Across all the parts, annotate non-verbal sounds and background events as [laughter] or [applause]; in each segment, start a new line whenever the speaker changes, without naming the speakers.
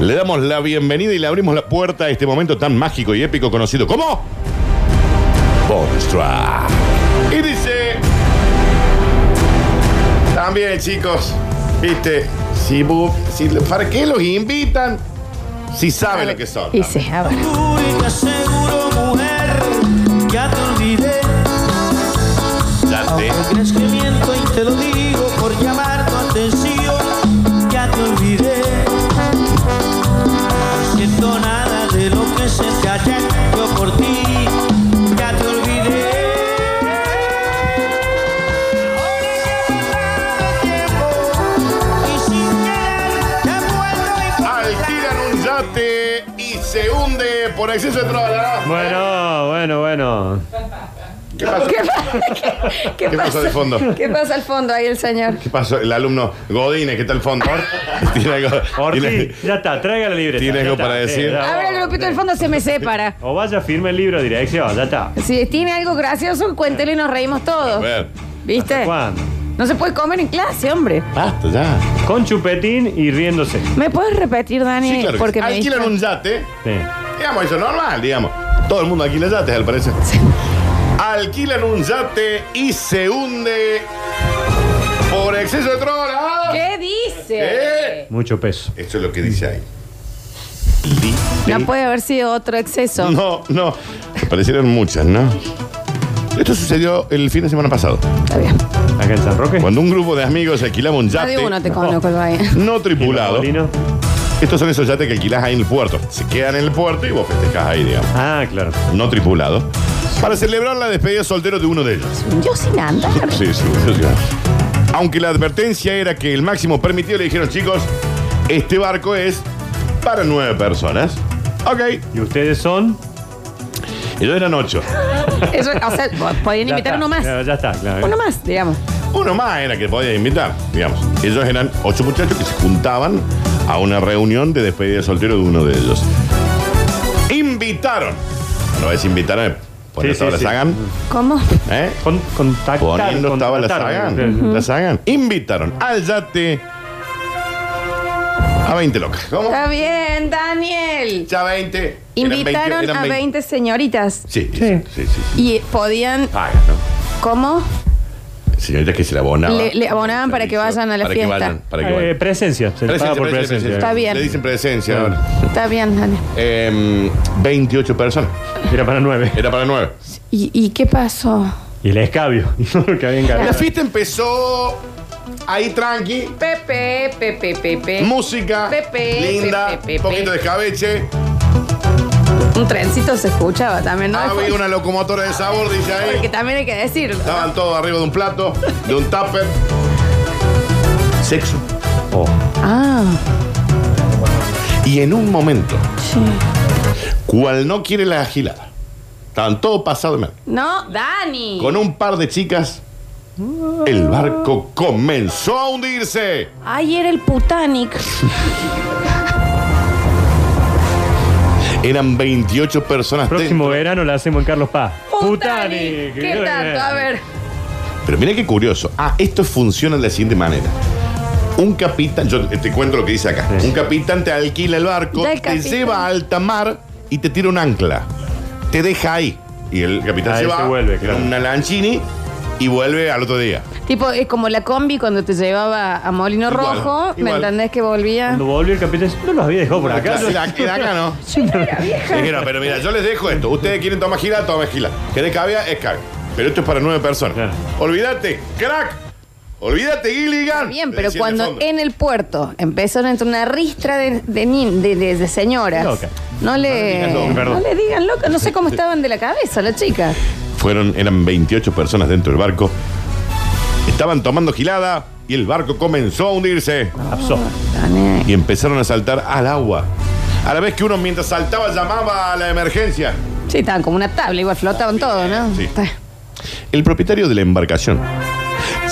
Le damos la bienvenida y le abrimos la puerta a este momento tan mágico y épico conocido como Bonus Track. Y dice... También, chicos, viste, si, bu- si- ¿para qué los invitan? Si saben lo que son.
Y sí, a ver.
Tú y te aseguro, mujer, ya te olvidé.
Ya te-
Aunque crees que miento y te lo digo por llamar tu atención, ya te olvidé. No siento nada de lo que se te haya yo por ti, ya te olvidé. Ahora que ha pasado el tiempo y sin querer te he vuelto a
Alquilan un yate y se hunde por exceso de droga. ¿no?
Bueno, bueno, bueno.
¿Qué pasó?
¿Qué, pa- [laughs] qué
¿Qué pasó de fondo?
¿Qué pasa al fondo ahí el señor?
¿Qué pasó? El alumno Godine, ¿qué tal fondo? tiene algo, tiene-
Ortiz, ya está, traiga la libreta.
¿Tiene
ya
algo
está,
para
sí,
decir?
ya.
A ver, el grupito del fondo se me separa.
O vaya, firme el libro, dirección, ya está.
Si tiene algo gracioso, cuéntelo y nos reímos
A
todos.
ver,
¿Viste?
¿Cuándo?
No se puede comer en clase, hombre.
basta ya.
Con chupetín y riéndose.
¿Me puedes repetir, Dani?
Sí, claro. que
Porque
sí.
me
Alquilan
distra-
un yate.
Sí.
Digamos, eso es normal, digamos. Todo el mundo alquila yates, al parecer. Alquilan un yate y se hunde por exceso de trola.
¿Qué dice?
¿Qué?
Mucho peso.
Eso es lo que dice ahí.
No puede haber sido otro exceso.
No, no. Me parecieron muchas, ¿no? Esto sucedió el fin de semana pasado.
Está bien.
Acá en San Roque.
Cuando un grupo de amigos alquilaba un
Más
yate
de uno te conozco yo ahí.
[laughs] no tripulado.
Molino.
Estos son esos yates que alquilás ahí en el puerto. Se quedan en el puerto y vos festejás ahí, digamos.
Ah, claro.
No tripulado. Para celebrar la despedida de soltero de uno de ellos.
Yo sin andar.
[laughs] Sí, sí, sí, sí. Aunque la advertencia era que el máximo permitido, le dijeron, chicos, este barco es para nueve personas. Ok.
¿Y ustedes son?
Ellos eran ocho.
Eso, o sea, podrían
Ya
invitar
está,
uno más.
Ya, ya está, claro.
Uno más, digamos.
Uno más era que podía invitar, digamos. Ellos eran ocho muchachos que se juntaban a una reunión de despedida de soltero de uno de ellos. Invitaron. No es invitaron, eh, es poner
Sí,
toda
sí,
la
sí.
Sagan.
¿cómo?
¿eh?
Con, contactar, Eh,
Poniendo estaba la
contratar,
Sagan. La Sagan. Invitaron al yate a 20 locas. ¿Cómo?
Está bien, Daniel.
Ya 20. eran
Invitaron
20, eran
a 20 señoritas
Sí, sí, sí. sí, sí.
y podían,
Pagan, ¿no?
¿cómo?
Señoritas que se le abonaban.
Le- le abonaban para que vayan a la
para
fiesta.
Que vayan, para que
Eh,
vayan.
presencia, se le paga por presencia.
Está bien.
Le dicen presencia ahora.
Está bien, Daniel.
Em, 28 personas.
Era para nueve.
Era para 9.
¿Y, y qué pasó?
Y el escabio. [laughs] que había encargado.
La fiesta empezó ahí tranqui.
Pepe, Pepe, Pepe.
Música
Eh, Pepe,
linda,
pepe, pepe.
poquito de escabeche.
Un trencito se escuchaba también, ¿no?
Ah, Había una locomotora de sabor, dice ahí.
Porque también hay que decirlo.
Estaban todos arriba de un plato, de un tupper.
[laughs]
Sexo.
Oh.
Ah,
Y en un momento,
sí.
cual no quiere la gilada, estaban todos pasados de mal.
No, Dani.
Con un par de chicas, el barco comenzó a hundirse.
Ay, era el Putanic.
Eran 28 personas.
Próximo
dentro.
verano la hacemos en Carlos Paz.
Putanic. ¿Qué
eh.
tanto? A ver.
Pero mira qué curioso. Ah, esto funciona de la siguiente manera. Un capitán, yo te cuento lo que dice acá.
Sí.
Un capitán te alquila el barco,
Da el
te
capitán.
lleva a alta mar y te tira un ancla. Te deja ahí. Y el capitán
Ahí
se
se
va
vuelve,
en
claro.
una lanchini y vuelve al otro día.
Tipo, es como la combi cuando te llevaba a Molino
Igual,
Rojo. ¿Me
igual.
entendés que volvía?
Cuando volvió el capitán, no los había dejado por acá.
Era
[laughs]
era acá, ¿no? Le Dijeron, pero mira, yo les dejo esto. Ustedes quieren tomar gila, toma gila. ¿Querés cabea? Es cabea. Pero esto es para nueve personas.
Claro.
Olvídate, crack. Olvídate, [laughs] Gilligan.
Bien,
Le
pero
decían de
cuando
fondo.
en el puerto empezaron a entrar una ristra de, de nin- de- de- de señoras.
Loca.
No
No le
le,
digas
no,
loca,
perdón.
le digan loca, no
[laughs]
sé cómo estaban de la cabeza las chicas.
Fueron, eran 28 personas dentro del barco. Estaban tomando gilada y el barco comenzó a hundirse.
Absor.
Dani,
Y empezaron a saltar al agua. A la vez que uno mientras saltaba llamaba a la emergencia.
Sí, estaban como una tabla, igual flotaban todo, ¿no?
sí.
Está-
El propietario de la embarcación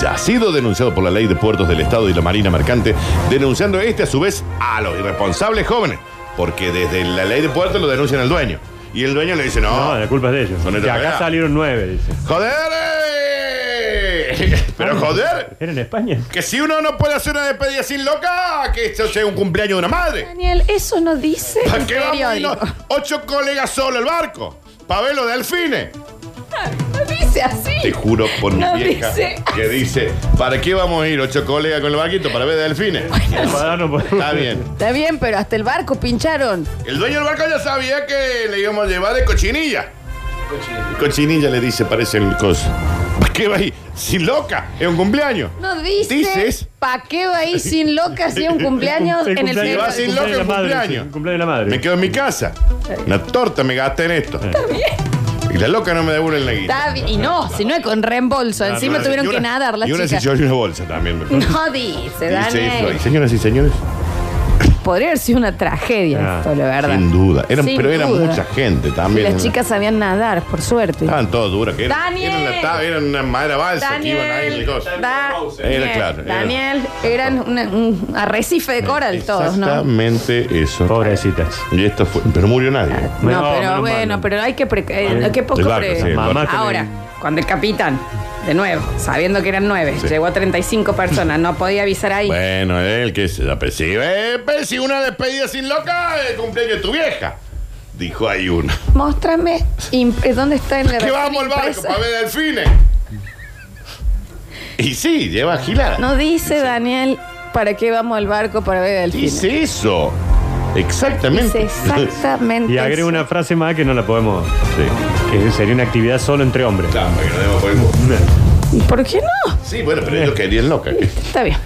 ya ha sido denunciado por la ley de puertos del Estado y la Marina Mercante, denunciando este a su vez a los irresponsables jóvenes, porque desde la ley de puertos lo denuncian al dueño. Y el dueño le dice, no,
eh. No, la culpa es de ellos.
Ah. Son
De
ellos,
acá
¿verdad?
salieron nueve, dice.
joder. eh". [laughs] Pero joder,
¿Era en España?
que si uno no puede hacer una despedida sin loca, que eso sea un cumpleaños de una madre.
Daniel, eso no dice
¿Para
el
qué vamos
periódico.
unos ocho colegas solo el barco? Pa' ver los delfines.
No dice así.
Te juro por mi
No
vieja
dice.
que dice, ¿para qué vamos a ir ocho colegas con el barquito? Para ver delfines.
Para darnos por-
[laughs] Está bien.
Está bien, pero hasta el barco pincharon.
El dueño del barco ya sabía que le íbamos a llevar de cochinilla. Cochinilla, le dice, parece el coso. ¿Para qué va ahí? Sin loca, es un cumpleaños.
No dice.
Dices.
¿Para qué va a ir sin loca si
[laughs]
es un cumpleaños en el
cumpleaños.
periódico?
Va sin loco
de la
en
madre,
cumpleaños.
sí, el cumpleaños de la madre.
Me quedo en mi casa. Una torta me gasté en esto. Y la loca no me devuelve la guita.
Está bien. Y no, si no es con reembolso.
Claro,
Encima
no,
tuvieron
Y
que
una-
nadar las
Y una
chicas.
se llevó una bolsa también. me parece.
No
Dice
dice,
eso ahí.
Daniel.
Señoras y señores,
Podría haber sido una tragedia
Ah,
esto, la verdad.
sin duda. Eran-
Sin
pero era
duda.
mucha gente
Y
también.
las chicas sabían nadar, por suerte.
Estaban todas duras. Que eran,
¡Daniel!
eran, la tab- eran una madera balsa Ah, que iban ahí en el
Daniel,
coso.
Da-
Era claro, era-
Daniel, eran una- un arrecife de coral todos, ¿no?
Exactamente eso.
Pobrecitas.
Y esto fue. Pero murió nadie.
No,
No,
pero
menos
bueno,
mal.
pero hay que, pre- eh,
Bien.
qué poco
El barco,
pre-
sí, el
Mamá barco.
Ahora, cuando el capitán, de nuevo, sabiendo que eran nueve,
Sí.
llegó a 35 personas, no podía avisar ahí.
Bueno, el que se la percibe. Eh, pues, si una despedida sin loca, el cumpleaños de tu vieja. Dijo ahí uno.
Móstrame imp- eh, dónde está el
[laughs] Que vamos al barco
impresa?
para ver delfines. Y sí, lleva gilada.
No dice Daniel para qué vamos al barco para ver delfines.
Dice eso.
Dice
Exactamente.
exactamente.
[laughs] Y
eso.
agrego una frase más que no la podemos.
[laughs] Sí.
Que sería una actividad solo entre hombres.
Claro, para que no demos por el-
¿Y ¿Por qué no?
Sí, bueno, pero yo quería el loca. que-
Está bien.